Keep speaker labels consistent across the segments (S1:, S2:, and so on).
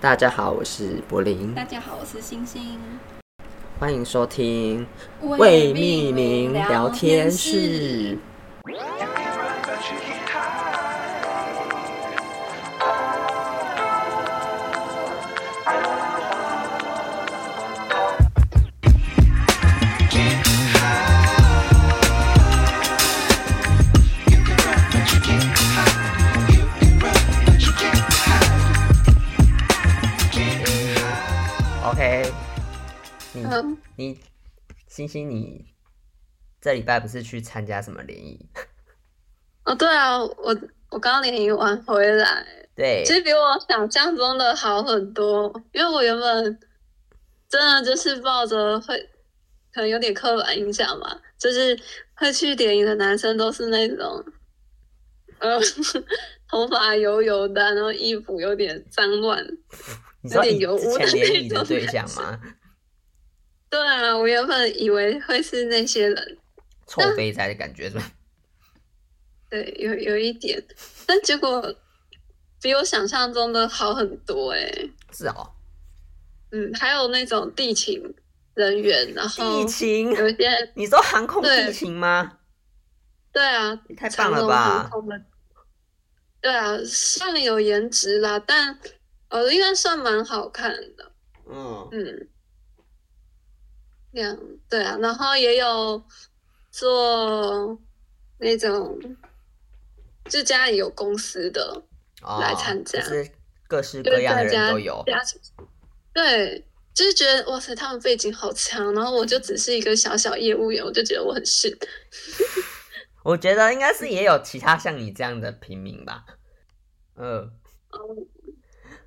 S1: 大家好，我是柏林，
S2: 大家好，我是星星。
S1: 欢迎收听未命名聊天室。OK，你、
S2: 嗯
S1: 你星星，你这礼拜不是去参加什么联谊？
S2: 哦，对啊，我我刚联谊完回来，
S1: 对
S2: 其，实比我想象中的好很多，因为我原本真的就是抱着会可能有点刻板印象吧，就是会去联谊的男生都是那种，呃， 头发油油的，然后衣服有点脏乱。
S1: 你知道
S2: 有
S1: 你
S2: 点油
S1: 之
S2: 污
S1: 前
S2: 的
S1: 联谊
S2: 那
S1: 的
S2: 种
S1: 对
S2: 男
S1: 象吗？
S2: 对啊，我原本以为会是那些人，
S1: 臭肥宅的感觉是吧？
S2: 对，有有一点，但结果比我想象中的好很多哎、
S1: 是哦，
S2: 嗯，还有那种地勤人员，然后
S1: 疫情，
S2: 有一些
S1: 你说航空
S2: 嗯对
S1: 疫情吗？
S2: 对啊，
S1: 你太棒
S2: 长
S1: 了
S2: 荣航
S1: 吧！
S2: 空的，对啊，算有颜值啦，但呃应该算蛮好看的，
S1: 嗯，
S2: 嗯，这样对啊，然后也有做那种就家里有公司的，
S1: 哦，
S2: 来参加
S1: 就是各式
S2: 就是
S1: 各样的
S2: 大家
S1: 人都有。
S2: 家对，就是觉得哇塞，他们背景好强，然后我就只是一个小小业务员，我就觉得我很逊。
S1: 我觉得应该是也有其他像你这样的平民吧。嗯，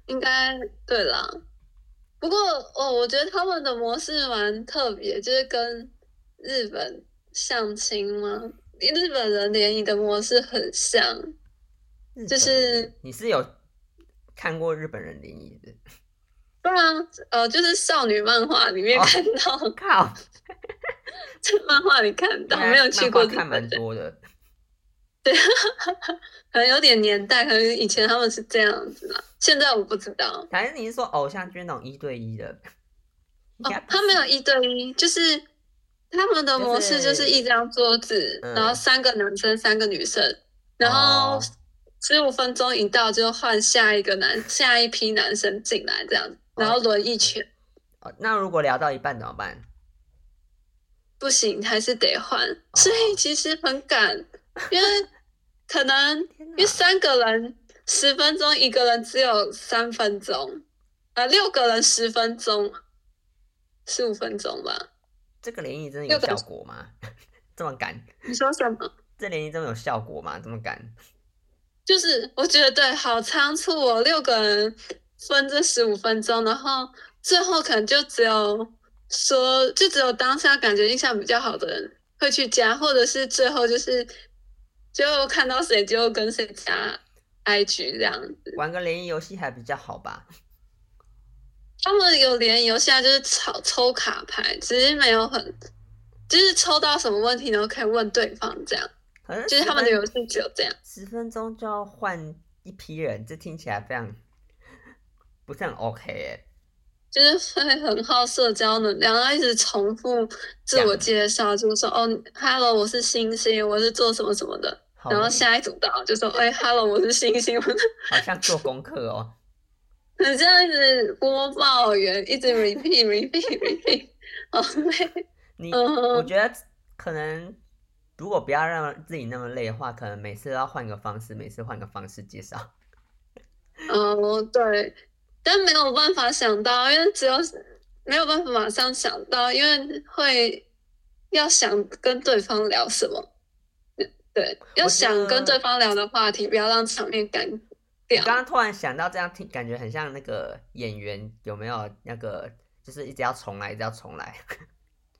S2: 应该对啦。不过哦，我觉得他们的模式蛮特别，就是跟日本相亲吗？日本人联谊的模式很像，
S1: 日
S2: 就
S1: 本
S2: 是
S1: 你是有看过日本人联谊的？
S2: 不然呃，就是少女漫画里面
S1: 哦
S2: 看到，
S1: 靠，
S2: 在漫画里看到，没
S1: 啊
S2: 有
S1: 漫
S2: 去过
S1: 画
S2: 日
S1: 看
S2: 本
S1: 蛮，多的。
S2: 可能有点年代，可能以前他们是这样子啦，现在我不知道。
S1: 反正你是说偶像剧那种一对一的？应该
S2: 哦，
S1: 不
S2: 他
S1: 是
S2: 没有一对一，就是他们的模式
S1: 就
S2: 就是是一张桌子，
S1: 嗯
S2: 然后三个男生，三个女生，然后
S1: 哦
S2: 十五分钟一到就换下一个男，下一批男生进来这样，然后轮一圈，
S1: 哦那如果聊到一半怎么办？
S2: 不行还是得换，
S1: 哦
S2: 所以其实很赶，因为可能
S1: 天哪
S2: 因为三个人十分钟，一个人只有三分钟，啊、六个人十分钟，十五分钟吧，
S1: 这个联谊真的有
S2: 日本
S1: 效果吗？ 这么赶？
S2: 你说什么？
S1: 这联谊真的有效果吗？这么赶？
S2: 就是我觉得对，好仓促哦，六个人分这十五分钟，然后最后可能就只有说，就只有当下感觉印象比较好的人会去加，或者是最后就是就看到谁就跟谁加 IG 这样子。
S1: 玩个联谊游戏还比较好吧？
S2: 他们有联游，现在就是抽抽卡牌，只是没有很，就是抽到什么问题然后可以问对方这样，
S1: 可是
S2: 就是他们的游戏只有这样。
S1: 十分钟就要换一批人，这听起来非常 不是很 OK 哎。
S2: 就是会很耗社交能量，然后一直重复自我介绍，就是说哦，hello，我是星星，我是做什么什么的。
S1: 好
S2: 然后下一组到就说，哎，hello，我是星星，我
S1: 好像做功课哦。
S2: 你这样一直播报员，一直哦 repeat repeat repeat，好累。
S1: 你、我
S2: 嗯，
S1: 觉得可能如果不要让自己那么累的话，可能每次都要换个方式，每次换个方式介绍。
S2: 哦，对，但没有办法想到，因为只有没有办法马上想到，因为会要想跟对方聊什么，嗯对，要
S1: 我觉
S2: 想跟
S1: 得
S2: 对方聊的话题，不要让场面尴
S1: 我刚
S2: 尬。
S1: 刚突然想到，这样听感觉很像那个演员有没有那个，就是一直要重来，一直要重来。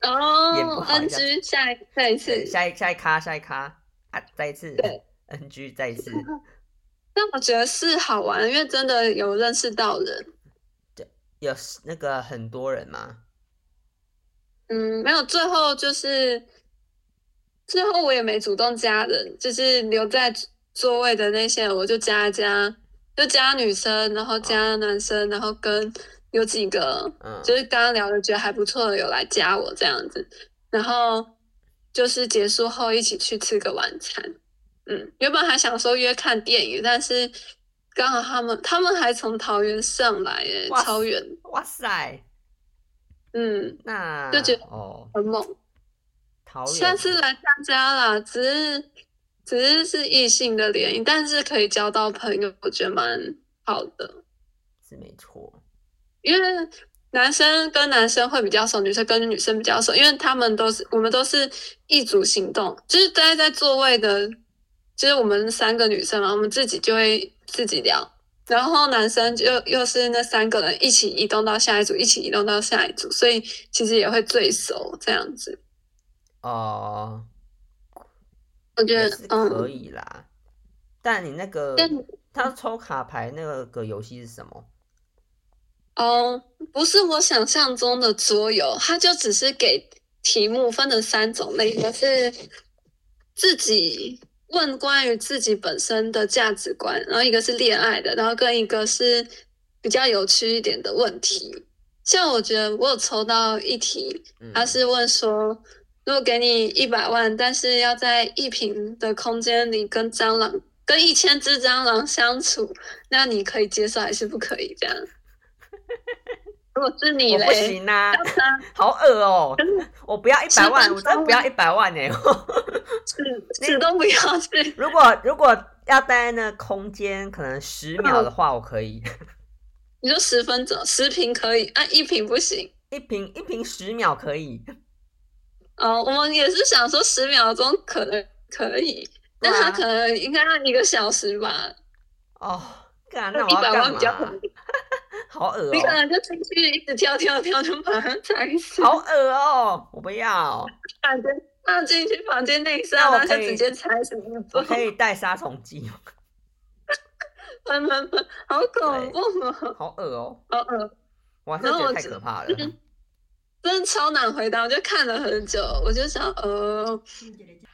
S1: 也不
S2: 哦
S1: 好意思
S2: ，NG，下一下一次
S1: 对，。 下一下一咖，下一咖啊，再一次
S2: 对
S1: NG，再一次。
S2: 但我觉得是好玩，因为真的有认识到人，
S1: 有那个很多人吗？
S2: 嗯，没有，最后就是最后我也没主动加人，就是留在座位的那些人，我就加一加。就加女生，然后加男生，然后跟有几个
S1: 嗯，
S2: 就是刚刚聊的觉得还不错的有来加我这样子，然后就是结束后一起去吃个晚餐。嗯，原本还想说约看电影，但是刚好他们他们还从桃园上来耶，
S1: 哇
S2: 超远，
S1: 哇塞，
S2: 嗯，
S1: 那
S2: 就觉得
S1: 哦，
S2: 很猛。
S1: 桃园
S2: 下次来参加啦，只是只是是异性的联谊，但是可以交到朋友，我觉得蛮好的。
S1: 是没错，
S2: 因为男生跟男生会比较熟，女生跟女生比较熟，因为他们都是我们都是一组行动，就是待在座位的，就是我们三个女生嘛，我们自己就会自己聊，然后男生就又是那三个人一起移动到下一组，一起移动到下一组，所以其实也会最熟这样子。
S1: 哦，
S2: 我觉
S1: 也
S2: 得
S1: 是，可
S2: 嗯，
S1: 以啦。但你那个
S2: 但
S1: 他抽卡牌那个游戏是什么？
S2: 哦，不是我想象中的桌游，它就只是给题目分成三种类，一个是自己问关于自己本身的价值观，然后一个是恋爱的，然后跟一个是比较有趣一点的问题。像我觉得我有抽到一题，
S1: 嗯，
S2: 他是问说，如果给你一百万，但是要在一平的空间里跟蟑螂、跟一千只蟑螂相处，那你可以接受还是不可以？这样？如果是你
S1: 我不
S2: 嘞，
S1: 行啊，
S2: 要 他
S1: 好恶哦、我不要一百万，
S2: 十分钟
S1: 我真的不要一百万哎、
S2: 死死都不要去。
S1: 如果如果要待在那个空间，可能十
S2: 嗯
S1: 秒的话，我可以
S2: 你说十分钟，十瓶可以，啊，一瓶不行。
S1: 一瓶一瓶十秒可以。
S2: 哦，我们也是想说十秒钟可能可以，但他可
S1: 对啊
S2: 能应该要一个小时吧，
S1: 哦，干那我
S2: 一
S1: 要
S2: 百
S1: 干
S2: 万比较
S1: 嘛
S2: 合？理。
S1: 好恶
S2: 你可
S1: 哦、
S2: 能就进去一直跳跳跳，就把它踩死。
S1: 好恶哦、我不 要，
S2: 反正啊放进去房间内扇，
S1: 那我
S2: 然后就
S1: 可以
S2: 直接拆什么
S1: 我
S2: 都
S1: 可以带杀虫剂，
S2: 喷喷喷，好恐怖哦！
S1: 好恶哦、
S2: 哦哦，
S1: 我还是觉得太可怕了。
S2: 嗯真的超难回答，我就看了很久，我就想，呃，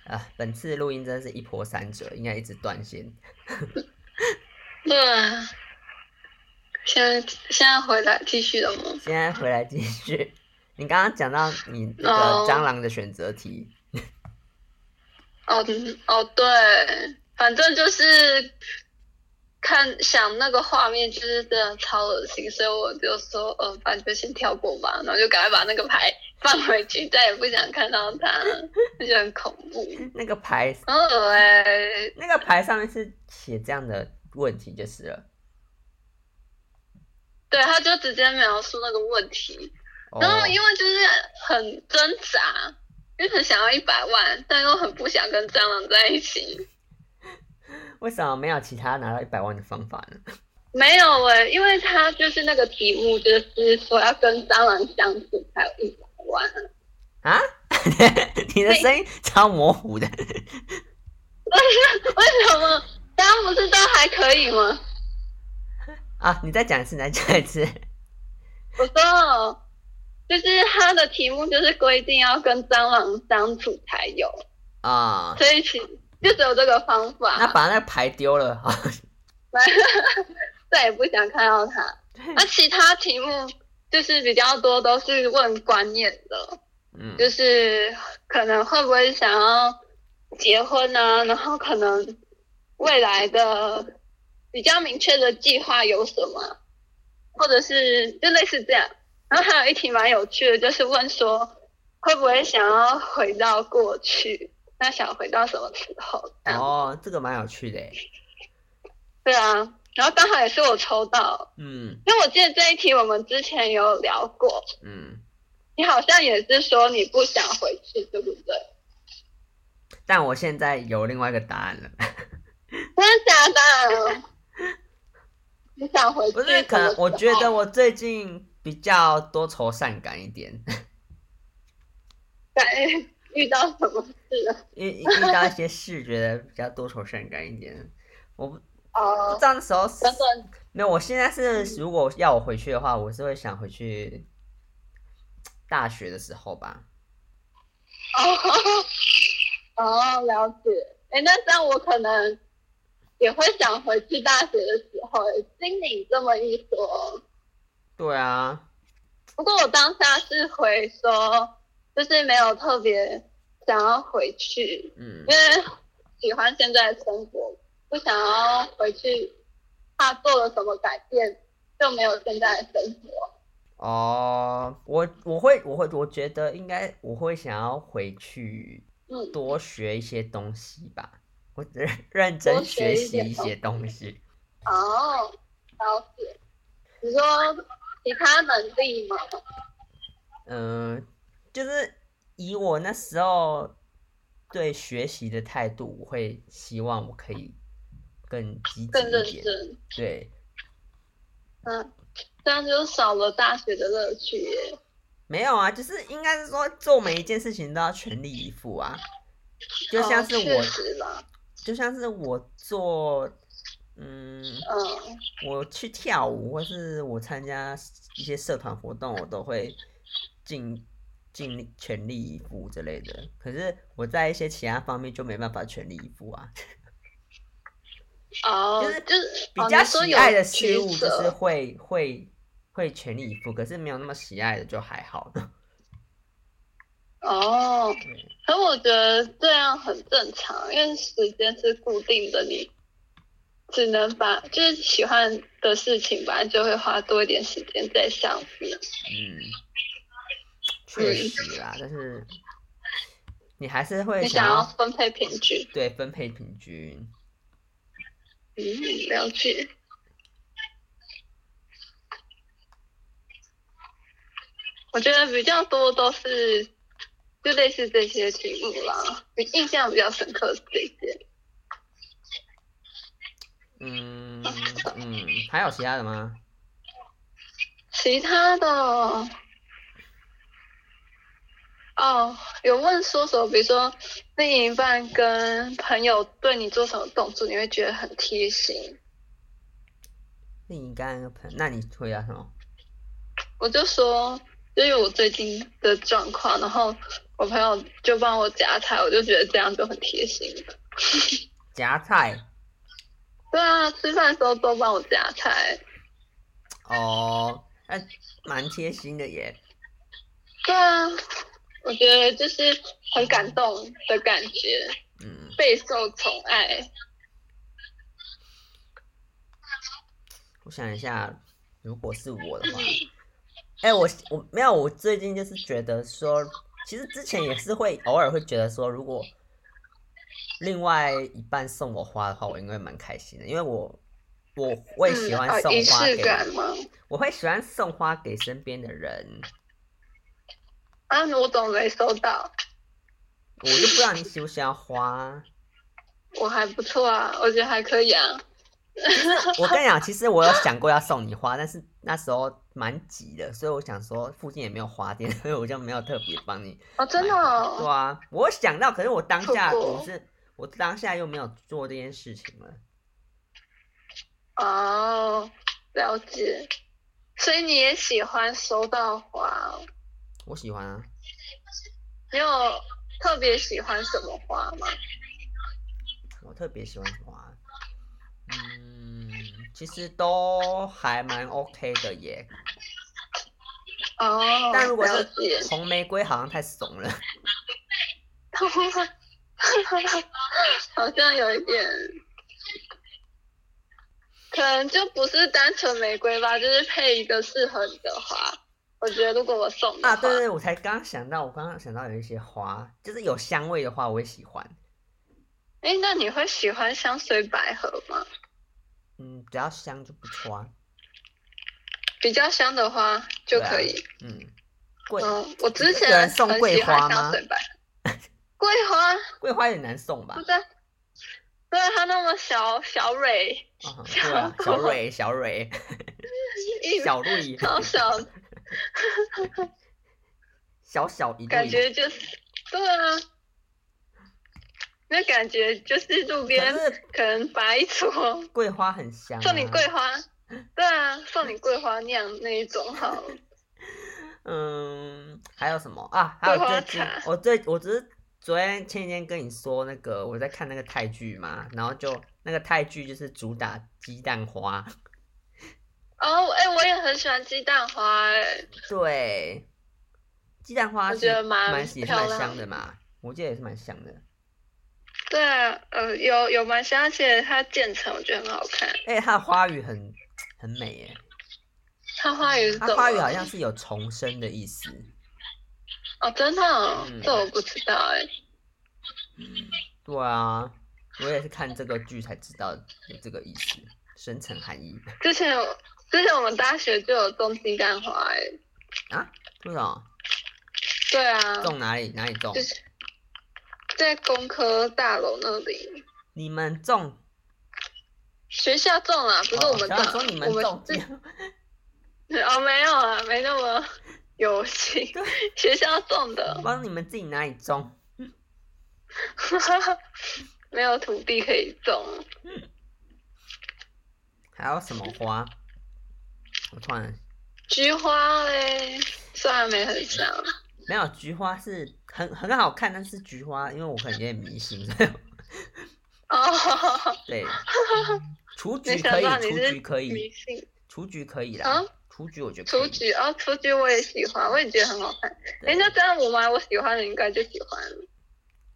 S1: 啊，本次录音真是一波三折，应该一直断线。
S2: 对啊，现在现在回答继续了吗？
S1: 现在回来继续，你刚刚讲到你那
S2: 哦
S1: 个蟑螂的选择题，
S2: 哦嗯哦，对，反正就是看想那个画面，就是真的超恶心，所以我就说，呃，反正就先跳过吧，然后就赶快把那个牌 放回去，再也不想看到它了，就觉得很恐怖。
S1: 那个牌
S2: 很恶哎、
S1: 那个牌上面是写这样的问题就是了。
S2: 对，他就直接描述那个问题，
S1: 哦
S2: 然后因为就是很挣扎，因为很想要一百万，但又很不想跟蟑螂在一起。
S1: 为什么没有其他拿到一百万的方法呢？
S2: 没有哎、因为他就是那个题目，就是说要跟蟑螂相处才有一百万。
S1: 啊？ 你的声音超模糊的，
S2: 为什么？大家不是都还可以吗？
S1: 啊！你再讲一次，你再讲一次。
S2: 我说哦，就是他的题目就是规定要跟蟑螂相处才有，
S1: 啊、
S2: 所以其就只有这个方法。
S1: 那把那个牌丢了啊！
S2: 再也不想看到他。那其他题目就是比较多都是问观念的，
S1: 嗯，
S2: 就是可能会不会想要结婚啊，然后可能未来的比较明确的计划有什么，或者是就类似这样。然后还有一题蛮有趣的，就是问说会不会想要回到过去，那想回到什么时候？这样
S1: 哦，这个蛮有趣的耶。
S2: 对啊。然后刚好也是我抽到，
S1: 嗯
S2: 因为我记得这一题我们之前有聊过，
S1: 嗯，
S2: 你好像也是说你不想回去，对不对？
S1: 但我现在有另外一个答案了，
S2: 真的假的？你想回去？
S1: 不是？可能我觉得，我最近比较多愁善感一点，
S2: 对，遇到什么事了？
S1: 遇遇遇到一些事，觉得比较多愁善感一点。我不不
S2: 哦
S1: 知，道那时候是
S2: 等等，
S1: 没有，我现在
S2: 嗯
S1: 是如果要我回去的话，我是会想回去大学的时候吧。
S2: 哦，哦，了解。哎，那这样我可能也会想回去大学的时候。经你这么一说，
S1: 对啊，
S2: 不过我当下是回说，就是没有特别想要回去，
S1: 嗯
S2: 因，为喜欢现在的生活，不想要回去，怕做了什么改变就没有现在的生活。
S1: 哦，我我会我会我觉得应该我会想要回去
S2: 嗯，
S1: 多学一些东西吧，我 认认真
S2: 多学
S1: 学
S2: 一
S1: 习
S2: 点
S1: 一些东西。
S2: 哦，了解。你说其他能力吗？
S1: 嗯、就是以我那时候对学习的态度，我会希望我可以更积极
S2: 更认
S1: 一点。
S2: 真。
S1: 对，
S2: 嗯，这样就少了大学的乐趣耶。
S1: 没有啊，就是应该是说做每一件事情都要全力以赴啊，就像是
S2: 哦
S1: 我，
S2: 确实啦，
S1: 就像是我做，嗯，
S2: 嗯，
S1: 我去跳舞，或是我参加一些社团活动，我都会尽尽力全力以赴之类的。可是我在一些其他方面就没办法全力以赴啊。
S2: 哦，
S1: 就是
S2: 就是
S1: 比
S2: 哦
S1: 较
S2: 你说
S1: 喜
S2: 有
S1: 爱的事物
S2: 取
S1: 就
S2: 舍
S1: 是会会会全力以赴，可是没有那么喜爱的就还好。
S2: 哦
S1: 对。
S2: 可我觉得这样很正常，因为时间是固定的，你只能把就是喜欢的事情吧，就会花多一点时间在上面。
S1: 嗯，确实啦，但是你还是会
S2: 嗯你想要
S1: 要
S2: 分配平均，
S1: 对分配平均。
S2: 嗯，了解。我觉得比较多都是就类似这些题目啦，印象比较深刻是这些。
S1: 嗯嗯，还有其他的吗？
S2: 其他的哦，有问说什么，比如说另一半跟朋友对你做什么动作，你会觉得很贴心。
S1: 另一半朋友，那你回答什么？
S2: 我就说，因为我最近的状况，然后我朋友就帮我夹菜，我就觉得这样就很贴心。
S1: 夹菜
S2: 对啊，吃饭的时候都帮我夹菜。
S1: 哦，那、蛮贴心的耶。
S2: 对啊，我觉得就是很感动的感觉，
S1: 嗯，
S2: 备受宠爱。
S1: 我想一下，如果是我的话，哎、我我没有，我最近就是觉得说，其实之前也是会偶尔会觉得说，如果另外一半送我花的话，我应该蛮开心的，因为我我会喜欢
S2: 嗯
S1: 送
S2: 啊仪
S1: 花
S2: 式
S1: 给，
S2: 感吗？
S1: 我会喜欢送花给身边的人，
S2: 啊，我怎么没收到？
S1: 我就不知道你喜不喜欢花。
S2: 我还不错啊，我觉得还可以啊。
S1: 我跟你讲，其实我有想过要送你花，但是那时候蛮急的，所以我想说附近也没有花店，所以我就没有特别帮你。
S2: 哦，真的、
S1: 对
S2: 哦，
S1: 啊，我有想到，可是我当下
S2: 错过
S1: 我是我当下又没有做这件事情了。
S2: 哦，了解。所以你也喜欢收到花哦、
S1: 我喜欢啊，
S2: 你有特别喜欢什么花吗？
S1: 我特别喜欢花。嗯，其实都还蛮 OK 的耶，
S2: 哦，
S1: 但如果
S2: 了
S1: 是
S2: 解，
S1: 红玫瑰好像太怂了。
S2: 好像有一点，可能就不是单纯玫瑰吧，就是配一个适合你的花。我觉得如果我送的话，
S1: 啊，对对对，我才刚想到，我刚刚想到有一些花，就是有香味的话，我也喜欢。
S2: 哎，那你会喜欢香水百合吗？
S1: 嗯，只要香就不错啊。
S2: 比较香的花就可以。
S1: 嗯，桂
S2: 嗯，我之
S1: 有人
S2: 前
S1: 送
S2: 很
S1: 桂
S2: 喜
S1: 花
S2: 欢
S1: 吗
S2: 香水百合，桂花
S1: 桂花也难送吧
S2: 不？对，对啊它那么小小蕊。
S1: 啊对啊，
S2: 小
S1: 小蕊，小 蕊，
S2: 一
S1: 小蕊，
S2: 超小，
S1: 小小一
S2: 感
S1: 粒。
S2: 觉就是对啊，那感觉就是路边
S1: 可是
S2: 可能摆 一撮，
S1: 桂花很香、啊，
S2: 送你桂花，对啊，送你桂花酿那一种好了，
S1: 嗯，还有什么啊？还有
S2: 桂花
S1: 最近
S2: 茶，
S1: 我最我只是昨天前几天跟你说那个我在看那个泰剧嘛，然后就那个泰剧就是主打鸡蛋花，
S2: 哦，哎、我也很喜欢鸡蛋花、哎，
S1: 对，鸡蛋花
S2: 我
S1: 是
S2: 觉得蛮
S1: 蛮也是
S2: 漂
S1: 蛮
S2: 亮
S1: 香的
S2: 的
S1: 嘛，我记得也是蛮香的。
S2: 对啊，呃，有有蛮香，而且它渐层我觉得很好看。
S1: 哎、它的花语很很美耶，
S2: 它花语是
S1: 它
S2: 怎么
S1: 花语
S2: 了
S1: 好像是有重生的意思。
S2: 哦，真的哦、
S1: 嗯
S2: 这我不知道哎、
S1: 对啊，我也是看这个剧才知道有这个意思，深层含义
S2: 之前有之前我们大学就有种鸡蛋花哎、
S1: 啊？为什么？
S2: 对啊，
S1: 种哪里哪里种
S2: 就？是在工科大楼那里，
S1: 你们种？
S2: 学校种啦，不是
S1: 哦
S2: 我们
S1: 想
S2: 种，
S1: 要说你们
S2: 我
S1: 种
S2: 自，哦没有啊，没 那么有心，学校种的，
S1: 帮你们自己哪里种？
S2: 没有土地可以种。
S1: 还有什么花？我突然
S2: 菊花嘞，虽然没很香，
S1: 没有菊花是很很好看，但是菊花因为我可能有点迷信， 所以我
S2: 哦，
S1: 对，雏菊
S2: 没
S1: 可
S2: 想
S1: 以，
S2: 到你
S1: 雏
S2: 是
S1: 菊可
S2: 迷
S1: 以，
S2: 信。
S1: 雏菊可以啦
S2: 啊，
S1: 雏菊我觉得可
S2: 雏
S1: 以。
S2: 菊哦，雏菊我也喜欢，我也觉得很好看。
S1: 对
S2: 哎、那这样我妈我喜欢的应该就喜欢了。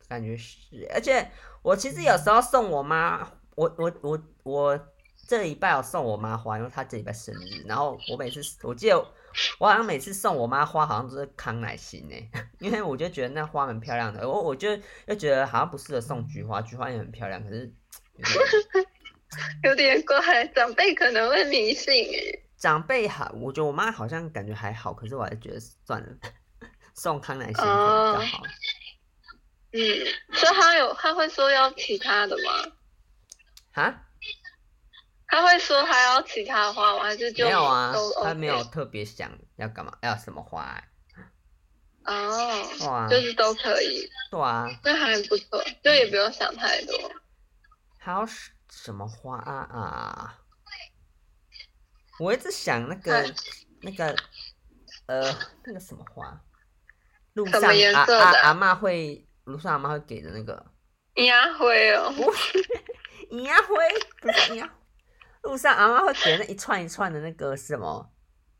S1: 感觉是，而且我其实有时候送我妈，我我我我这礼拜有送我妈花，因为她这礼拜生日，然后我每次我记得我好像每次送我妈花，好像都是康乃馨诶、 因为我就觉得那花蛮漂亮的，我我就又觉得好像不适合送菊花，菊花也很漂亮，可是有点
S2: 有点怪，长辈可能会迷信哎。
S1: 长辈好，我觉得我妈好像感觉还好，可是我还是觉得算了， 送康乃馨可能比较
S2: 哦
S1: 好。
S2: 嗯，所以他有他会说要其他的吗？
S1: 啊，
S2: 他会说还要其他的话吗？还是就
S1: 没有啊
S2: 都，
S1: 她没有
S2: OK？
S1: 特别想要干嘛，要什么花、欸。
S2: 哦，
S1: 哇，
S2: 就是都可以，
S1: 对啊，
S2: 那还不错，就也不用想太多。
S1: 还有什什么花啊啊？我一直想那
S2: 哎
S1: 个那个呃那个什么花，路
S2: 什么
S1: 上
S2: 颜
S1: 啊
S2: 色的
S1: 啊阿妈会路上阿妈会给的那个
S2: 鸭灰哦，
S1: 银牙灰，不是银牙，路上阿妈会给那一串一串的那个是什么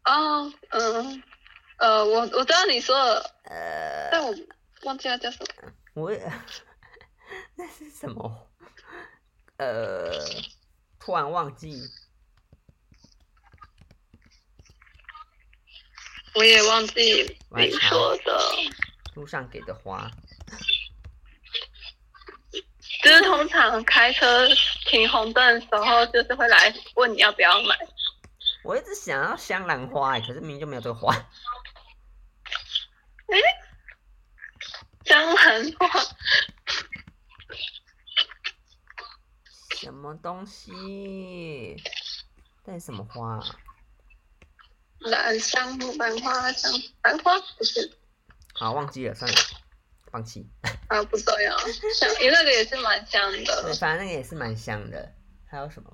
S2: 哦，嗯，呃，我我知道你说的，
S1: 呃，
S2: 但我忘记它叫什么。
S1: 我也那是什么呃，突然忘记。
S2: 我也忘记你说的，
S1: 路上给的花，
S2: 就是通常开车停红灯的时候，就是会来问你要不要买。
S1: 我一直想要香兰花、欸，可是明明就没有这个花。
S2: 江南话，
S1: 什么东西？那是什么花、啊？
S2: 兰香木兰花香兰花不是
S1: 好，忘记了，算了，放弃。
S2: 啊，不重要。香，你那个也是蛮香
S1: 对，
S2: 的，
S1: 反正那个也是蛮香的。还有什么？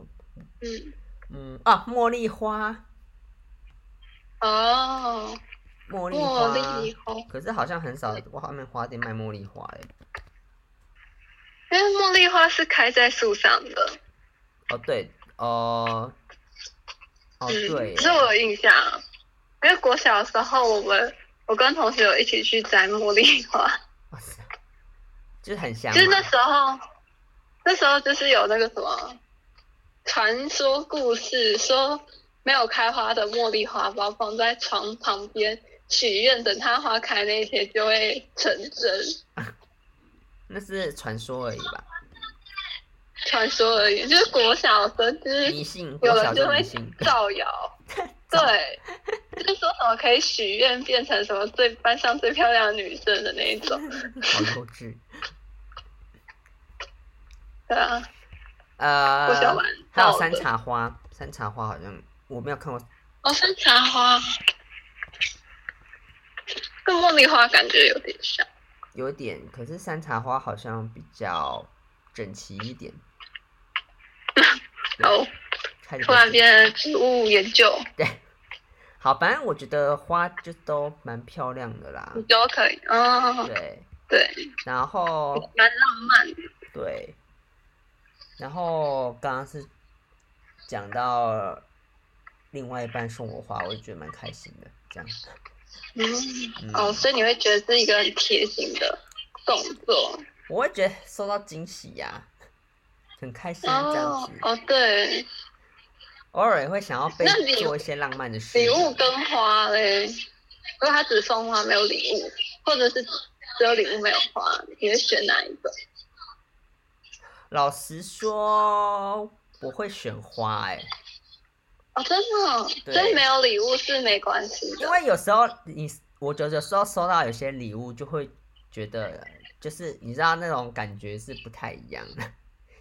S2: 嗯，
S1: 嗯，啊，茉莉花，
S2: 嗯哦，
S1: 茉莉花。
S2: 茉莉花，
S1: 可是好像很少外面花店卖茉莉花哎、
S2: 因为茉莉花是开在树上的，
S1: 哦，对，哦、哦，对
S2: 嗯，
S1: 耶，
S2: 这我有印象，因为国小的时候我们。我跟同学有一起去摘茉莉花，
S1: 哇塞，就是很香
S2: 就是
S1: 嘛
S2: 那。时候，那时候就是有那个什么传说故事，说没有开花的茉莉花苞放在床旁边许愿，等它花开那一天就会成真，
S1: 那是传说而已吧，
S2: 传说而已。就是国小生就是
S1: 迷信，
S2: 有
S1: 国小
S2: 人就
S1: 就
S2: 会
S1: 迷信。
S2: 造谣，对，就是说什么可以许愿变成什么最班上最漂亮的女生的那一种，
S1: 好幼稚。
S2: 对啊，
S1: 呃，
S2: 国小玩
S1: 还有
S2: 到
S1: 山
S2: 的
S1: 茶花，山茶花好像我没有看过，
S2: 哦，山茶花跟茉莉花感觉有点像。
S1: 有一点，可是山茶花好像比较整齐一点。
S2: 哦，
S1: 开始
S2: 突然
S1: 不
S2: 变成植物研究，
S1: 好，反正我觉得花就都蛮漂亮的啦
S2: 你。都可以。哦，
S1: 对，
S2: 对，
S1: 然后
S2: 蛮浪漫的。
S1: 对，然后刚刚是讲到另外一半送我花，我就觉得蛮开心的。这样，
S2: 嗯，
S1: 嗯，
S2: 哦，所以你会觉得是一个很贴心的动作。
S1: 我会觉得收到惊喜呀、很开心这样
S2: 哦
S1: 子。
S2: 哦，对，
S1: 偶尔也会想要被
S2: 那礼
S1: 做一些浪漫的事。
S2: 礼物跟花嘞，如果他只送花没有礼物，或者是只有礼物没有花，你会选哪一个？
S1: 老实说，我会选花哎、
S2: 哦，真的哦、
S1: 对
S2: 所以没有礼物是没关系
S1: 因
S2: 的。
S1: 为有时候你，我觉得有时候收到有些礼物，就会觉得就是你知道那种感觉是不太一样的。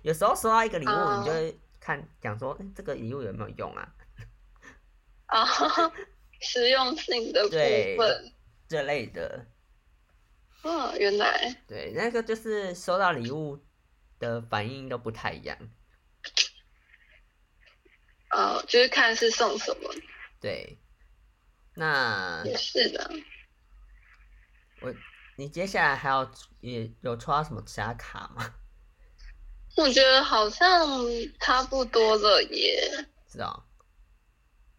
S1: 有时候收到一个礼物，
S2: 哦
S1: 你就会看讲说，嗯这个礼物有没有用啊
S2: 啊， 实用性的部
S1: 对
S2: 分。
S1: 这类的。
S2: 哦，原来
S1: 对，那个就是收到礼物的反应都不太一样。
S2: 哦，就是看是送什么，
S1: 对，那
S2: 也是的。
S1: 你接下来还有也有抽到什么其他卡吗？
S2: 我觉得好像差不多了耶。
S1: 知道？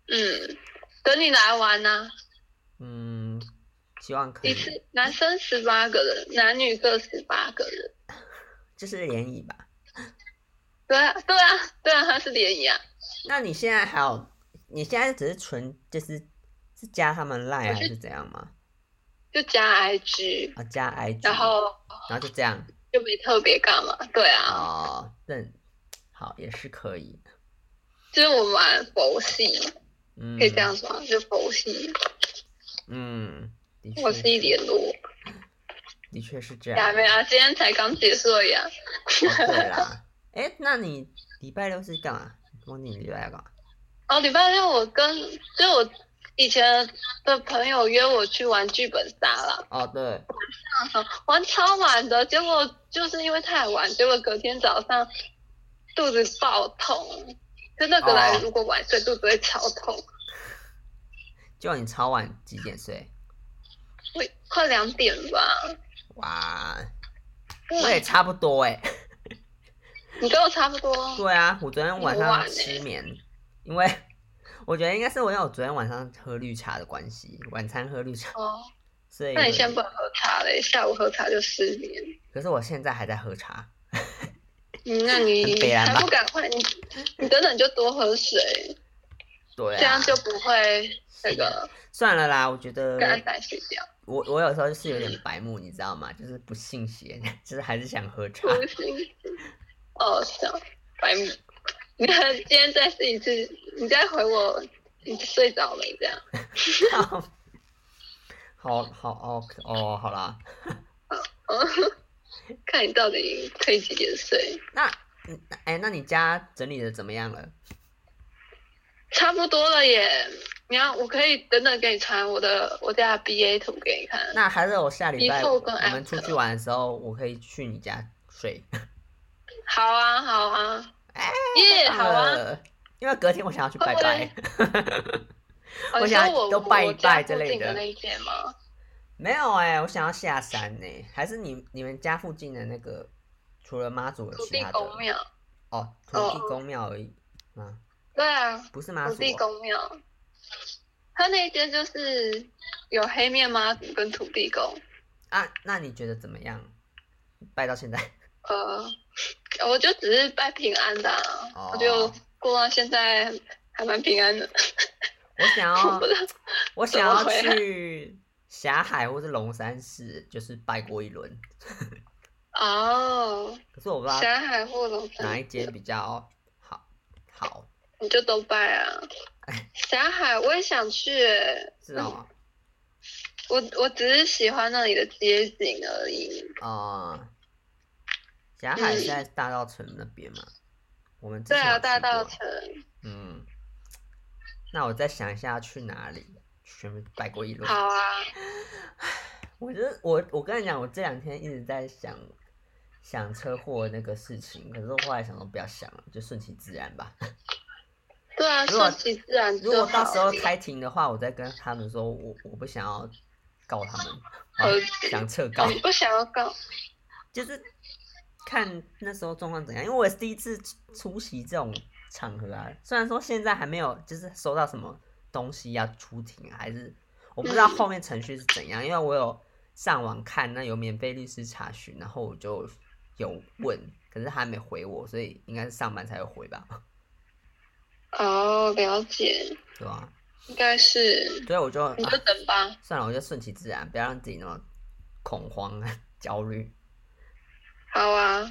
S2: 嗯，等你来玩呐、
S1: 嗯，希望可
S2: 一
S1: 以，
S2: 次男生十八个人，男女各十八个人。
S1: 就是联谊吧。
S2: 对啊，对啊，对啊，他是联谊啊。
S1: 那你现在还有，你现在只是纯就是是加他们 line
S2: 我
S1: 还
S2: 是
S1: 是怎样吗？
S2: 就加 IG，
S1: 啊，加 IG，
S2: 然后
S1: 然后就这样
S2: 就没特别干嘛。对啊，
S1: 哦，认好也是可以，
S2: 就是我们玩佛系，
S1: 嗯，
S2: 可以这样说吗，啊就佛系，
S1: 嗯，的
S2: 佛系
S1: 确
S2: 联络。
S1: 的确是这样
S2: 还，没啊，今天才刚结束而已啊。
S1: 哦对啦，哎，那你礼拜六是干嘛？忘记你礼拜六干嘛？
S2: 哦，礼拜六我跟就我以前的朋友约我去玩剧本杀啦，
S1: 哦，对，
S2: 玩超晚的，结果就是因为太晚，结果隔天早上肚子爆痛。就那个来
S1: 哦，
S2: 如果晚睡肚子会超痛，
S1: 就你超晚几点睡？
S2: 会快两点吧。嗯
S1: 哇，我也差不多哎、
S2: 你跟我差不多。
S1: 对啊，我昨天晚
S2: 很晚
S1: 上
S2: 欸
S1: 失眠，因为 我觉得应该是我因为我昨天晚上喝绿茶的关系，晚餐喝绿茶，
S2: 哦，
S1: 所以
S2: 那你
S1: 有
S2: 先
S1: 点
S2: 不能喝茶嘞，下午喝茶就失眠。
S1: 可是我现在还在喝茶，
S2: 嗯，那你
S1: 很北兰吧
S2: 还不赶快，你你等等就多喝水，
S1: 对啊，
S2: 这样就不会那个
S1: 算了啦。我觉得
S2: 跟安仔睡觉。
S1: 我我有时候就是有点白目，你知道吗？就是不信邪， 就是还是想喝茶
S2: 不。行，哦，行，白目。你看今天再试一次，你再回我，你睡着没？这样，
S1: 好好哦哦，好啦，
S2: 看你到底可以几点睡。
S1: 那嗯哎、那你家整理的怎么样了？
S2: 差不多了耶，你要我可以等等给你传我的我家的 B A 图给你看。
S1: 那还是我下礼
S2: 以
S1: 拜
S2: 后
S1: 我
S2: 跟
S1: 们
S2: Apple
S1: 出去玩的时候，我可以去你家睡。
S2: 好啊，好啊
S1: 哎，
S2: 耶、好啊。
S1: 呃，因为隔天我想要去
S2: 会
S1: 拜
S2: 不
S1: 拜，我
S2: 哦你
S1: 想
S2: 说我
S1: 都拜一
S2: 我家
S1: 拜
S2: 附
S1: 之类
S2: 近的
S1: 的
S2: 那一间吗？
S1: 没有哎、我想要下山呢、还是你你们家附近的那个，除了妈祖有
S2: 土
S1: 其
S2: 地
S1: 他的
S2: 公庙，
S1: 哦，土地公庙而已啊，
S2: 对啊，
S1: 不是妈
S2: 土
S1: 祖
S2: 地
S1: 哦、
S2: 公庙，它那一间就是有黑面妈祖跟土地公。
S1: 啊。那你觉得怎么样？拜到现 在
S2: 呃，我就只是拜平安的、啊
S1: 哦
S2: 我就过到现在还蛮平安的。
S1: 我想要
S2: 不是
S1: 我想要
S2: 怎么回来
S1: 去霞海或是龙山寺，就是拜过一轮，
S2: 哦，
S1: 可是我不知道
S2: 霞海或龙山
S1: 哪一间比较好好，
S2: 你就都拜啊。
S1: 哎
S2: 霞海我也想去耶，
S1: 是哦，
S2: 我我只是喜欢那里的街景而已。
S1: 哦，霞海是在大稻城那边嘛？我们之
S2: 嗯对
S1: 前有
S2: 啊，
S1: 去
S2: 大稻
S1: 过
S2: 城。
S1: 嗯，那我再想一下去哪里，全部拜过一轮。
S2: 好啊，
S1: 我就是我，我跟你讲，我这两天一直在想想车祸那个事情，可是我后来想说不要想了，就顺其自然吧。
S2: 对啊，
S1: 如果
S2: 顺其自然
S1: 如
S2: 就
S1: 果
S2: 好
S1: 到时候
S2: 了。
S1: 开庭的话，我再跟他们说我我不想要告他们，
S2: 呃
S1: 啊、想撤告，
S2: 你不想要告，
S1: 就是看那时候状况怎样，因为我也是第一次出出席这种场合啊。虽然说现在还没有就是收到什么东西要出庭啊，还是我不知道后面程序是怎样，因为我有上网看，那有免费律师查询，然后我就有问，可是他还没回我，所以应该是上班才会回吧，
S2: 哦，了解，
S1: 对吧、啊？
S2: 应该是，
S1: 所以我就、啊
S2: 你就等吧。
S1: 算了，我就顺其自然，不要让自己那么恐慌啊、 焦虑，
S2: 好啊，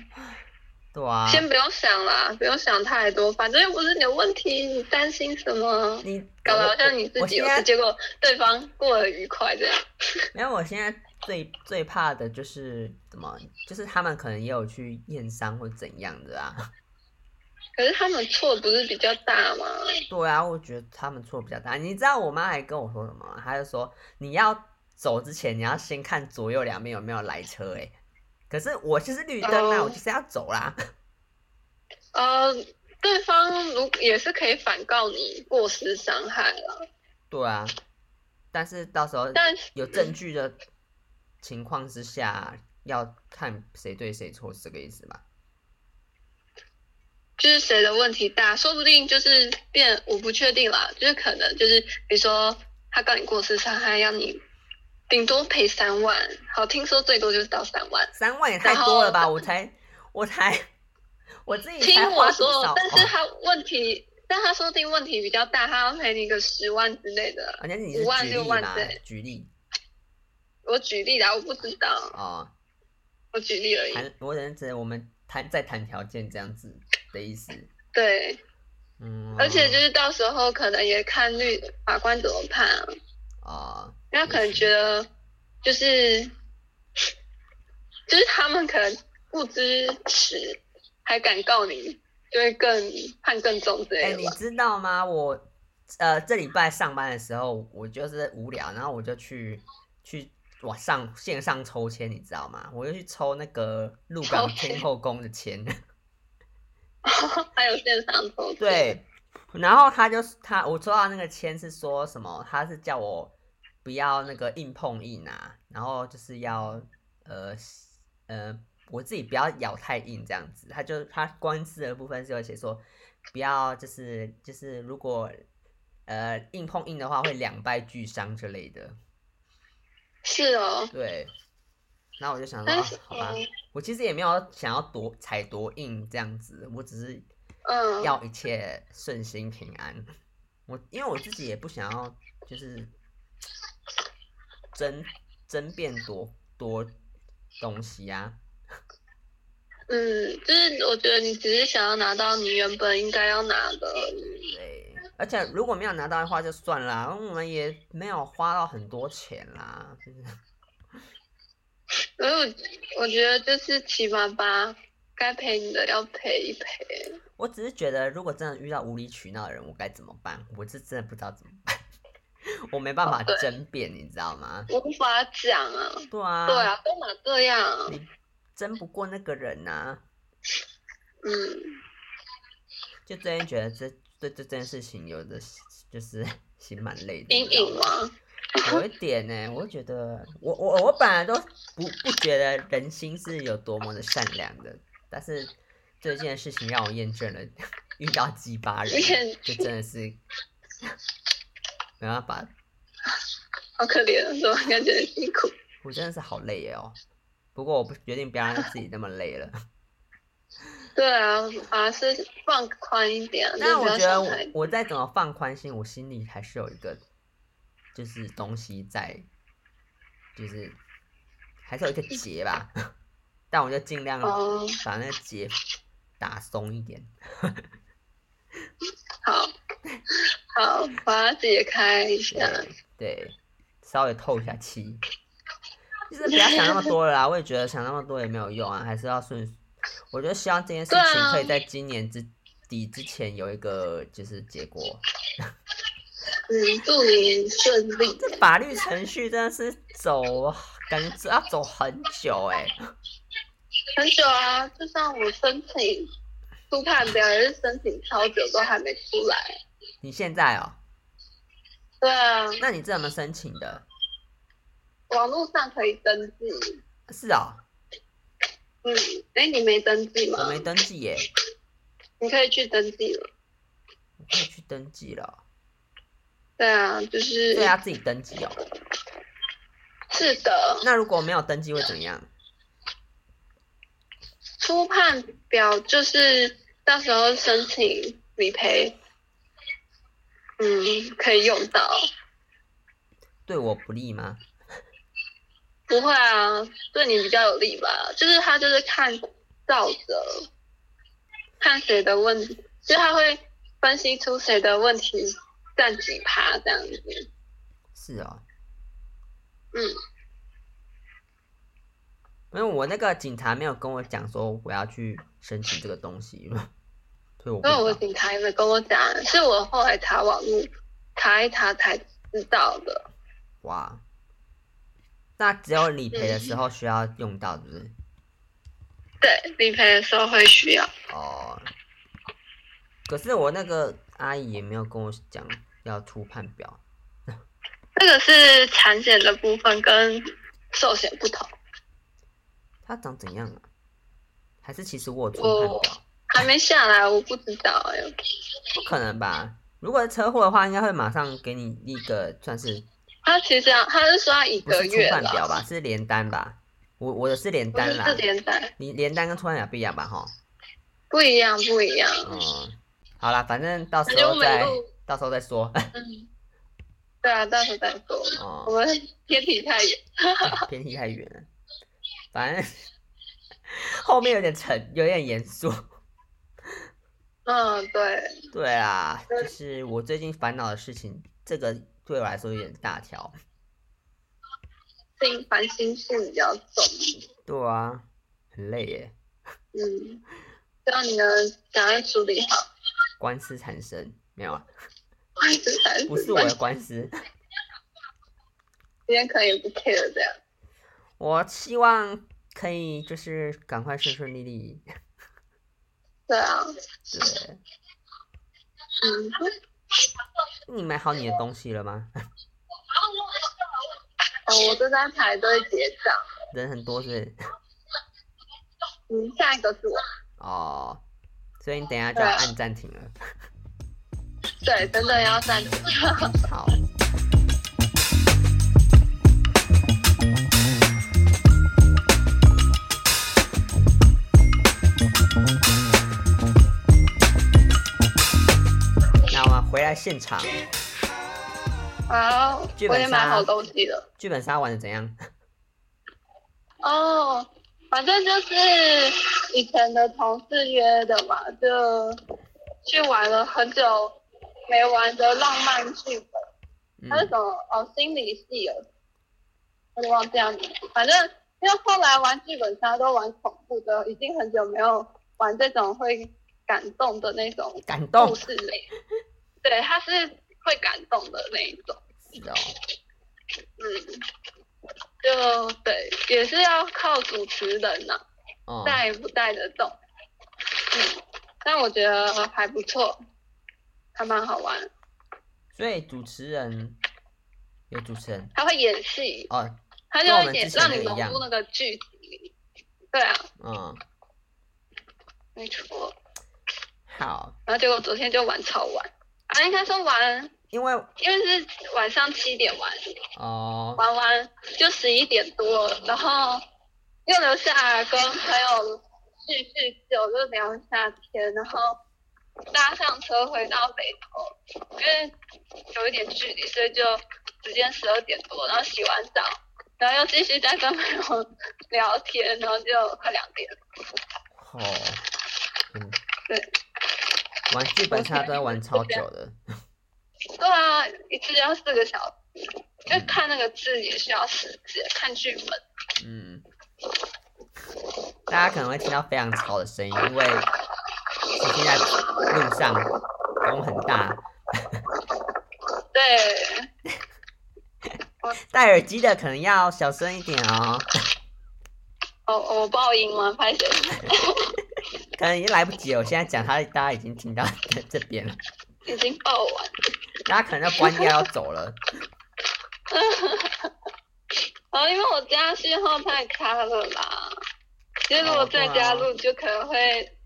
S1: 对啊。
S2: 先不用想啦，不用想太多，反正又不是你的问题，你担心什么？
S1: 你
S2: 搞得好
S1: 我
S2: 像你自
S1: 我
S2: 己有
S1: 现在
S2: 事，结果对方过得愉快这样。
S1: 没有，我现在最最怕的就是怎么，就是他们可能也有去验伤或怎样的啊。
S2: 可是他们错不是比较大吗？
S1: 对啊，我觉得他们错比较大。你知道我妈还跟我说什么吗？她就说你要走之前，你要先看左右两边有没有来车、欸。哎，可是我就是绿灯啊
S2: 哦
S1: 我就是要走啦。
S2: 呃，对方如也是可以反告你过失伤害了，
S1: 对啊，但是到时候
S2: 但
S1: 有证据的情况之下，要看谁对谁错，是这个意思吗？
S2: 就是谁的问题大，说不定就是变，我不确定啦，就是可能就是比如说他告你过失伤害，让你顶多赔三万，好，听说最多就是到三万。
S1: 三万也太多了吧？我才，我才，我自己
S2: 听
S1: 才花多
S2: 我说
S1: 少？，
S2: 但是
S1: 哦
S2: 他问题，但他说不定问题比较大，他要赔你个十万之类的。
S1: 而且你是
S2: 五万
S1: 举
S2: 六
S1: 例
S2: 万
S1: 嘛
S2: 对？
S1: 举例
S2: 我举例啦，我不知道，
S1: 哦，
S2: 我举例而已。
S1: 谈我只能指我们谈再谈条件这样子的意思。
S2: 对，
S1: 嗯，
S2: 而且就是到时候可能也看律法官怎么判啊。
S1: 啊、哦，
S2: 那可能觉得就是就是他们可能不知耻，还敢告你，就会更判更重之
S1: 哎、
S2: 类的
S1: 你
S2: 吧。
S1: 知道吗？我呃这礼拜上班的时候，我就是无聊，然后我就去去网上线上抽签，你知道吗？我就去抽那个鹿港
S2: 抽签
S1: 天后宫的签。
S2: 还有线上投资，
S1: 哎对，然后他就是他，我抽到那个签是说什么？他是叫我不要那个硬碰硬啊，然后就是要呃呃，我自己不要咬太硬这样子。他就他关于字的部分是有写说，不要就是就是如果呃硬碰硬的话会两败俱伤之类的。
S2: 是哦。
S1: 对，然后我就想说，
S2: 但
S1: 啊
S2: 是，
S1: 好吧，我其实也没有想要多踩多硬这样子，我只是
S2: 嗯，
S1: 要一切顺心平安。我因为我自己也不想要，就是争争辩多多东西啊。
S2: 嗯，就是我觉得你只是想要拿到你原本应该要拿的而已，
S1: 对，而且如果没有拿到的话就算啦，我们也没有花到很多钱啦。就是
S2: 所以我我觉得就是起码把该赔你的要赔一赔。
S1: 我只是觉得，如果真的遇到无理取闹的人，我该怎么办？我是真的不知道怎么办， 我没办法
S2: 哦对
S1: 争辩，你知道吗？
S2: 无法讲啊，
S1: 对啊，
S2: 对，啊，都哪这样啊，
S1: 你争不过那个人呐、啊
S2: 嗯。
S1: 就最近觉得这对这件事情有的就是 心蛮累的，你
S2: 阴
S1: 知道
S2: 影吗？
S1: 有一点呢、我觉得我我我本来都不不觉得人心是有多么的善良的，但是这件事情让我验证了 遇到鸡巴人
S2: 验，
S1: 就真的是 没办法，
S2: 好可怜，怎么感觉很辛苦？
S1: 我真的是好累哦。不过我不决定不要让自己那么累了。
S2: 对啊，还是放宽一点，啊
S1: 但我
S2: 就
S1: 觉
S2: 不要
S1: 得
S2: 想
S1: 我
S2: 太
S1: 我再怎么放宽心，我心里还是有一个就是东西在，就是还是有一个结吧。 但我就尽量
S2: 哦，
S1: 把那个结打松一点。
S2: 好， 好，把它解开一下。
S1: 对对，稍微透一下气，就是不要想那么多了啦。我也觉得想那么多也没有用啊，还是要顺。我就希望这件事
S2: 对
S1: 情
S2: 啊
S1: 可以在今年之底之前有一个就是结果。
S2: 嗯，祝你顺利。
S1: 这法律程序真的是走，感觉要走很久哎、
S2: 很久啊，就像我申请初判表也是申请超久，都还没出来。
S1: 你现在哦，
S2: 对啊，
S1: 那你这么申请的？
S2: 网络上可以登记。
S1: 是哦，
S2: 嗯，哎，你没登记
S1: 我
S2: 吗？
S1: 没登记耶，
S2: 你可以去登记了。
S1: 我可以去登记了，哦
S2: 对啊，就是
S1: 对啊，自己登记哦。
S2: 是的，
S1: 那如果没有登记会怎样？
S2: 初判表就是到时候申请理赔，嗯，可以用到。
S1: 对我不利吗？
S2: 不会啊，对你比较有利吧？就是他就是看照着，看谁的问题，就是他会分析出谁的问题占几趴这样子。
S1: 是哦，
S2: 嗯，
S1: 因为我那个警察没有跟我讲说我要去申请这个东西，所以我不
S2: 因为我
S1: 知道。
S2: 警察也没跟我讲，是我后来查网络查一查才知道的。
S1: 哇，那只有理赔的
S2: 嗯
S1: 时候需要用到，是不是？
S2: 对，理赔的时候会需要。
S1: 哦，可是我那个阿姨也没有跟我讲要出判表，
S2: 这个是产险的部分跟寿险不同，
S1: 她长怎样啊？还是其实我有出判
S2: 我
S1: 表？
S2: 还没下来，我不知道哎、
S1: 不可能吧？如果是车祸的话，应该会马上给你一个算是
S2: 他其实啊，他是说要一
S1: 不
S2: 个
S1: 是
S2: 月
S1: 出判表
S2: 了，
S1: 吧？是连单吧？ 我我的是连
S2: 不
S1: 单
S2: 是
S1: 啦
S2: 四，连单。
S1: 你连单跟出判表不一样吧？哈，
S2: 不一样，不一样。
S1: 嗯，好啦，反正到时
S2: 那
S1: 候
S2: 就
S1: 再
S2: 没录
S1: 到时候再说。
S2: 嗯，对啊，到时候再说。我
S1: 哦，
S2: 们天体太远，
S1: 偏题太远了，反正 后面有点沉，有点严肃。
S2: 嗯，对，
S1: 对啊，就是我最近烦恼的事情，这个对我来说有点大条。
S2: 心烦心事比较重。
S1: 对啊，很累耶，
S2: 嗯，希望你能赶快处理好。
S1: 官司缠身没有啊？
S2: 我一直在
S1: 不是我的官司，
S2: 今天可以不 care 这样。
S1: 我希望可以就是赶快顺顺利利。
S2: 对啊，
S1: 对，
S2: 嗯，
S1: 你买好你的东西了吗？
S2: 哦，我正在排队结账。
S1: 人很多是
S2: 嗯，下一个是我。
S1: 哦，所以你等一下就要
S2: 对啊
S1: 按暂停了。
S2: 对，真的 要暂停。
S1: 好。那我们回来现场，
S2: 好，
S1: 剧
S2: 我
S1: 本
S2: 也买
S1: 杀
S2: 好东西了。
S1: 剧本杀玩的怎样？
S2: 哦，反正就是以前的同事约的嘛，就去玩了很久没玩的浪漫剧本，
S1: 嗯
S2: 还，有什么哦心理系哦，我有点忘记了名字。反正因为后来玩剧本杀都玩恐怖的，已经很久没有玩这种会感动的那种
S1: 感
S2: 故
S1: 动
S2: 事类。对，它是会感动的那一种。
S1: 是哦，
S2: 嗯，就对，也是要靠主持人啊呐、
S1: 哦，
S2: 带不带得动。嗯，但我觉得还不错，还蛮好玩。
S1: 所以主持人有主持人
S2: 他会演戏，
S1: 哦，
S2: 他就
S1: 跟我
S2: 会
S1: 们
S2: 演
S1: 之前
S2: 让
S1: 的
S2: 你
S1: 一
S2: 融
S1: 样
S2: 入那个剧情里。对啊，
S1: 嗯，
S2: 没错。
S1: 好，
S2: 然后结果昨天就玩超晚，啊，应该说玩，
S1: 因为
S2: 因为是晚上七点玩，
S1: 哦，
S2: 玩完就十一点多了，然后又留下来跟朋友叙叙旧，就聊一下天，然后搭上车回到北投，因为有一点距离，所以就直接十二点多，然后洗完澡，然后又继续再跟朋友聊天，然后就快两点了。
S1: 哦，嗯，
S2: 对，
S1: 玩剧本杀都要玩超久的，
S2: 对啊，一次要四个小时，就看那个字也需要时间，看剧本。
S1: 嗯，大家可能会听到非常吵的声音，因为我现在路上风很大，
S2: 对，
S1: 戴耳机的可能要小声一点哦，
S2: 哦，我报应吗？拍谁？
S1: 可能已经来不及了。我现在讲他，大家已经听到在这边了，
S2: 已经报完。
S1: 大家可能要关掉要走了。
S2: 哦，因为我家信号太卡了啦。其实如果再加
S1: 哦对
S2: 入，就可能会，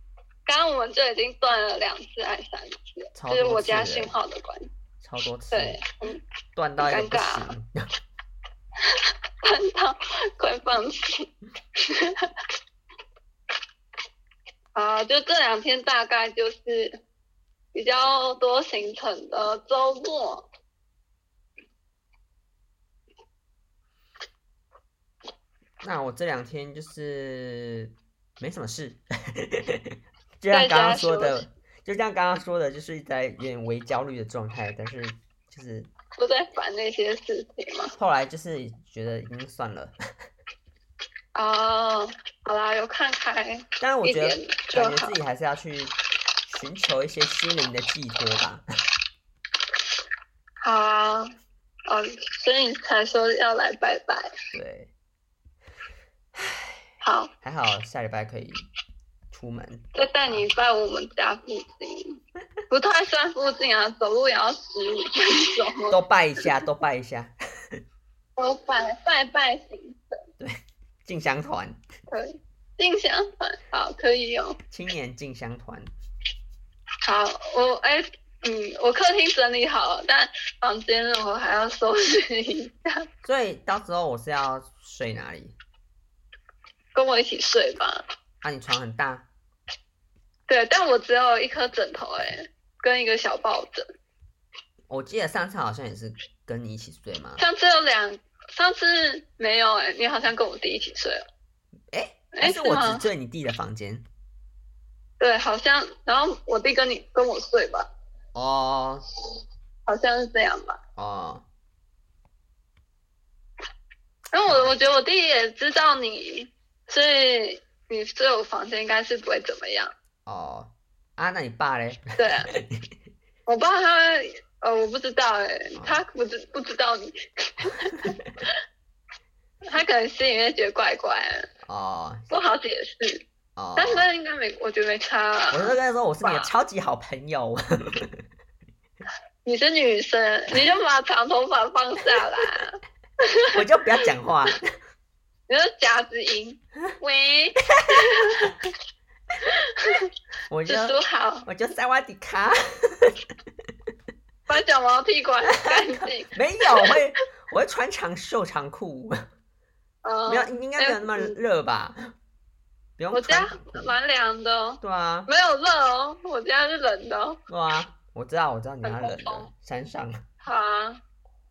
S2: 刚刚我们就已经断了两次还是三次了，
S1: 超
S2: 就是
S1: 多
S2: 我
S1: 次
S2: 家
S1: 了
S2: 信号的关系，
S1: 超多次，
S2: 对， 嗯，
S1: 断到一个
S2: 很
S1: 不
S2: 尴尬
S1: 行。
S2: 断到快放弃。 啊，就这两天大概就是比较多行程的周末，
S1: 那我这两天就是没什么事，就像刚
S2: 在家
S1: 刚说
S2: 休
S1: 的，就像刚刚说的，就是一直在有点微焦虑的状态，但是就是
S2: 不在烦那些事情嘛。
S1: 后来就是觉得已经算了。
S2: 哦，好啦，有看开
S1: 当然，我
S2: 一
S1: 觉得
S2: 点就
S1: 感觉
S2: 好
S1: 自。己还是要去寻求一些心灵的寄托吧。
S2: 好啊，哦，所以你才说要来拜拜。
S1: 对，
S2: 好，
S1: 还好下礼拜可以出门。
S2: 就带你在我们家附近，不太算附近啊，走路也要十五分钟。
S1: 都拜一下，都拜一下，
S2: 都拜拜拜行，
S1: 进香团，
S2: 可以。进香团好，可以哦。
S1: 青年进香团。
S2: 好，我哎、嗯，我客厅整理好了，但房间我还要收拾一下。
S1: 所以到时候我是要睡哪里？
S2: 跟我一起睡吧。
S1: 啊，你床很大，
S2: 对，但我只有一颗枕头、哎，跟一个小抱枕。
S1: 我记得上次好像也是跟你一起睡嘛。
S2: 上次有两，上次没有哎、你好像跟我弟一起睡了。
S1: 哎、
S2: 哎
S1: 还是我
S2: 是吗
S1: 只睡你弟的房间。
S2: 对，好像，然后我弟跟你跟我睡吧，
S1: 哦
S2: 好像是这样吧。
S1: 哦，
S2: 然后我我觉得我弟也知道你，所以你睡我房间应该是不会怎么样。
S1: 哦，啊，那你爸嘞？
S2: 对，啊 我爸他呃我不知道哎、他不知不知道你， 他可能心里面觉得怪怪的，
S1: 哦
S2: 不好解释。
S1: 哦，
S2: 但是应该没，我觉得没差啊、
S1: 我就跟他说我是你的
S2: 爸
S1: 超级好朋友。
S2: 你是女生，你就把长头发放下来，
S1: 我就不要讲话。
S2: 你就夹 子音。喂，
S1: 我就
S2: 叔叔好，
S1: 我就塞瓦迪卡，
S2: 把小毛剃光干净。
S1: 没有我会我会穿长袖长裤，
S2: 嗯
S1: 没有应该没有那么热吧？不用
S2: 哎我
S1: 穿
S2: 家
S1: 长裤。
S2: 蛮凉的哦，
S1: 对啊，
S2: 没有热哦，我家是冷的哦。
S1: 对啊，我知道我知道你那冷
S2: 很通
S1: 了，山上
S2: 好啊，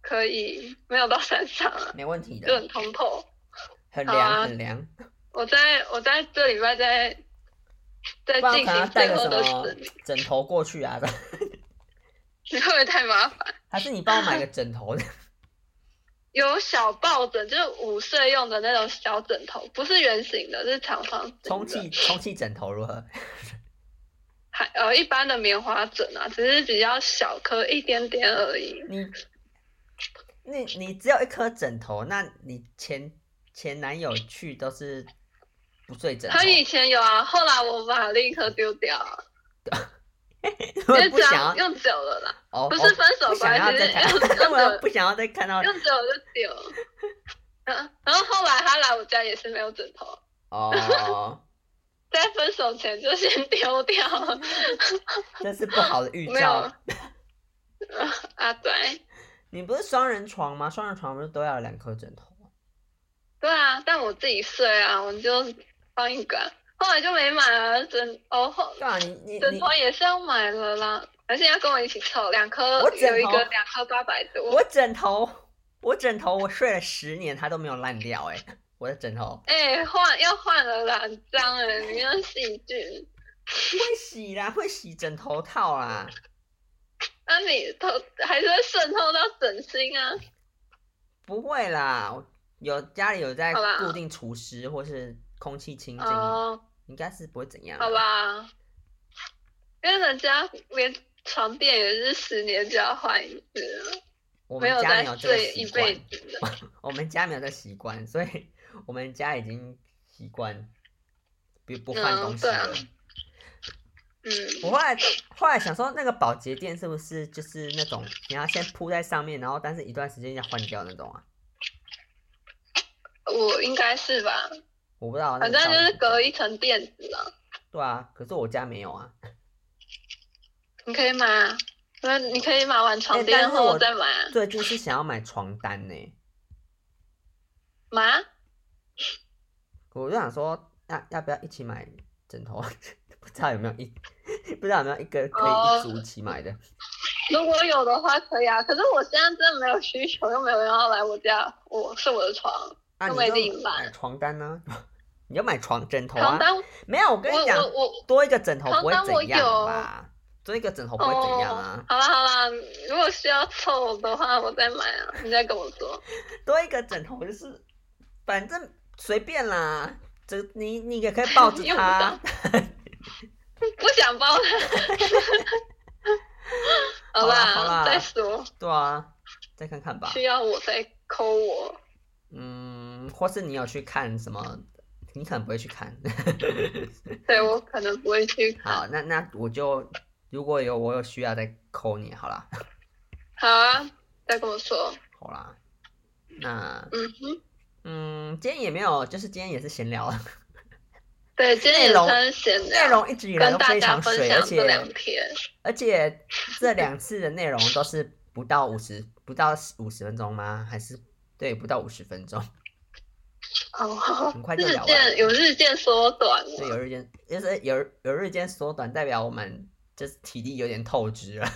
S2: 可以，没有到山上 啊，
S1: 没问题
S2: 就
S1: 的，
S2: 很通透。
S1: 很
S2: 好
S1: 凉
S2: 啊
S1: 很凉。
S2: 我在我在这礼拜在在
S1: 不然我
S2: 进
S1: 可能要
S2: 行
S1: 哦带
S2: 最
S1: 个
S2: 后
S1: 什
S2: 的
S1: 么
S2: 整 理，
S1: 枕头过去啊，
S2: 你会不会太麻烦？
S1: 还是你帮我买个枕头的？
S2: 有小抱枕，就是午睡用的那种小枕头，不是圆形的，是长方形的。
S1: 充气充气枕头如何？
S2: 还呃一般的棉花枕啊，只是比较小颗一点点而已。
S1: 你你你只有一颗枕头，那你前前男友去都是不睡枕头，
S2: 他以前有啊，后来我把另一颗丢掉啊，
S1: 因
S2: 因
S1: 为
S2: 为
S1: 不
S2: 只
S1: 想要
S2: 要用久了啦，
S1: 哦，
S2: 不
S1: 哦
S2: 是分手
S1: 不想
S2: 关
S1: 要
S2: 系，
S1: 再
S2: 是
S1: 看
S2: 用，
S1: 但我又
S2: 久
S1: 不想要再看到
S2: 用久了就丢。嗯，然后后来他来我家也是没有枕头，
S1: 哦，
S2: 在分手前就先丢掉了
S1: 这是不好的预
S2: 没有
S1: 兆。。
S2: 啊，对，
S1: 你不是双人床吗？双人床不是都要有两颗枕头吗？
S2: 对啊，但我自己睡啊，我就放一个啊，后来就没买了枕哦后
S1: 对啊，你你
S2: 枕
S1: 你
S2: 头，也是要买了啦，而且要跟我一起凑，两颗
S1: 我枕头
S2: 有一个两颗八百多。
S1: 我枕头，我枕头，我睡了十年，它都没有烂掉哎、我的枕头
S2: 哎，换要换了啦，很脏哎、欸，你那细菌。
S1: 会洗啦，会洗枕头套啦，
S2: 那你透还是会渗透到枕芯啊？
S1: 不会啦，我有家里有在
S2: 好啦
S1: 固定除湿或是空气清净，
S2: 哦，
S1: 应该是不会怎样。
S2: 好，吧，因为人家连床垫也是十年就要换一次了，
S1: 我
S2: 没
S1: 们
S2: 有
S1: 家
S2: 再
S1: 没有这个
S2: 睡一
S1: 习
S2: 辈
S1: 惯。
S2: 子的。
S1: 我们家没有这习惯，所以我们家已经习惯不不换
S2: 嗯
S1: 东西
S2: 对啊
S1: 了。
S2: 嗯，
S1: 我后来后来想说，那个保洁垫是不是就是那种你要先铺在上面，然后但是一段时间要换掉那种啊？
S2: 我应该是吧，
S1: 我不知道那
S2: 反
S1: 个道
S2: 正
S1: 理。
S2: 就是隔一层垫子啊。
S1: 对啊，可是我家没有啊。
S2: 你可以买啊，那你可以买完床
S1: 哎
S2: 垫
S1: 但是
S2: 后
S1: 我
S2: 再买啊。
S1: 最近是想要买床单呢，
S2: 买啊，
S1: 我就想说，要要不要一起买枕头？ 不知道有没有一，不知道有没有一个可以一
S2: 哦
S1: 组一起买的。
S2: 如果有的话可以啊。可是我现在真的没有需求，又没有人要来我家，我是我的床。
S1: 啊，
S2: 那
S1: 你
S2: 我也自己
S1: 就
S2: 买
S1: 买床单呢、 你就买床枕头
S2: 床
S1: 啊？
S2: 单，我
S1: 没有，我跟你讲，
S2: 我我
S1: 多一个枕头
S2: 床
S1: 不会
S2: 单我
S1: 怎样
S2: 有
S1: 吧？多一个枕头不会
S2: 哦，
S1: 怎样啊？
S2: 好啦好啦，如果需要凑的话，我再买啊，你再跟我说。
S1: 多一个枕头就是，反正随便啦。这你你也可以抱着
S2: 用不
S1: 它
S2: 到，不想包了。 好啦，
S1: 好啦好啦
S2: 再说，
S1: 对啊，再看看吧。
S2: 需要我再抠我。
S1: 嗯，或是你有去看什么？你可能不会去看。
S2: 对我可能不会去看。
S1: 好，那那我就如果有我有需要再扣你，好啦，
S2: 好啊，再跟我说。
S1: 好啦。那
S2: 嗯哼，
S1: 嗯，今天也没有，就是今天也是闲聊，
S2: 对，今天
S1: 内
S2: 也
S1: 容
S2: 算是闲
S1: 内
S2: 聊，
S1: 容一直以来
S2: 跟
S1: 都
S2: 大
S1: 非
S2: 家
S1: 常
S2: 分
S1: 水，
S2: 享
S1: 而
S2: 这两
S1: 且
S2: 篇。
S1: 而且这两次的内容都是不到五十不到五十分钟吗？还是对不到五十分钟？
S2: 哦
S1: 很快，就
S2: 日
S1: 聊完了
S2: 渐有日渐缩短
S1: 所以
S2: 了。
S1: 有日间就是有有日间缩短，代表我们就是体力有点透支了，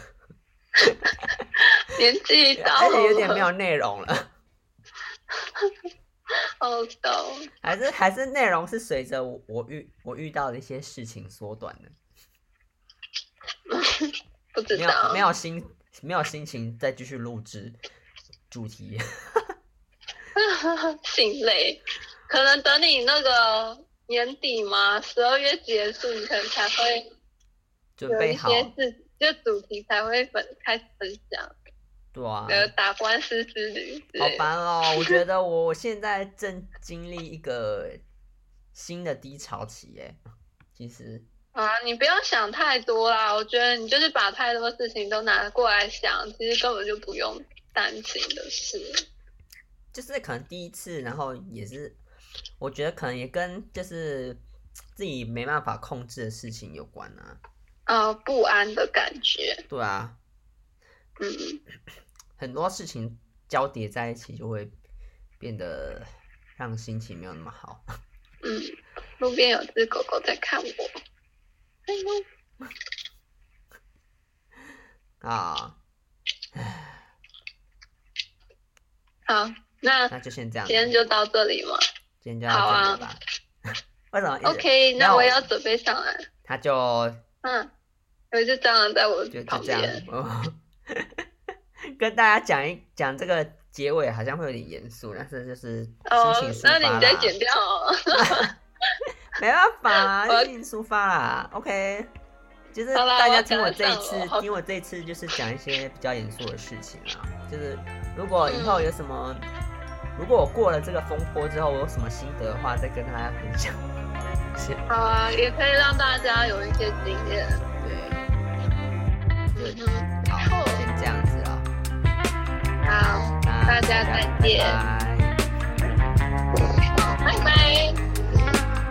S2: 年纪到
S1: 而且
S2: 了，
S1: 有点没有内容了。
S2: 好到。
S1: 还是还是内容是随着我我遇我遇到的一些事情缩短的，
S2: 不知
S1: 没有
S2: 道，
S1: 没有心没有心情再继续录制主题。
S2: 心累，可能等你那个年底嘛，十二月结束，你可能才会
S1: 准
S2: 有
S1: 备
S2: 一
S1: 好，
S2: 些事，就主题才会分开始分享，
S1: 对啊，
S2: 呃，打官司之旅之
S1: 好
S2: 类的。
S1: 烦哦！我 觉得我现在正经历一个新的低潮期，哎，其实
S2: 啊，你不要想太多啦，我觉得你就是把太多事情都拿过来想，其实根本就不用担心的事。
S1: 就是可能第一次，然后也是，我觉得可能也跟就是自己没办法控制的事情有关啊，
S2: 呃，不安的感觉，
S1: 对啊，
S2: 嗯，
S1: 很多事情交叠在一起，就会变得让心情没有那么好。
S2: 嗯，路边有只狗狗在看我。哎呦
S1: 啊，
S2: 好，那
S1: 那就先这样子，
S2: 今天就到这里嘛。
S1: 今天就到这里吧。 为什么一直
S2: OK，
S1: 那
S2: 那我
S1: 我
S2: 也要准备上来。
S1: 他就
S2: 嗯，有一只蟑螂在我
S1: 就就
S2: 旁
S1: 这样
S2: 边。？
S1: 哦 跟大家讲一讲这个结尾好像会有点严肃，但是就是
S2: 哦
S1: 心情，抒
S2: 那
S1: 发
S2: 你
S1: 啦，
S2: 再剪掉哦。
S1: 没办法啊，
S2: 我
S1: 心情抒发啦。OK，就是
S2: 好啦
S1: 大家
S2: 我
S1: 听我
S2: 赶
S1: 这一
S2: 上
S1: 次
S2: 了，好
S1: 听我这一次就是讲一些比较严肃的事情啊。就是如果以
S2: 嗯
S1: 后有什么，如果我过了这个风波之后，我有什么心得的话，再跟大家分享。 是，
S2: 好啊，也可以让大家有一些经验。
S1: 对，
S2: 嗯
S1: 对，
S2: 哼，
S1: 好，先这样子了，
S2: 好，
S1: 那
S2: 大家再见
S1: 拜拜。
S2: 好拜拜。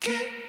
S3: Keep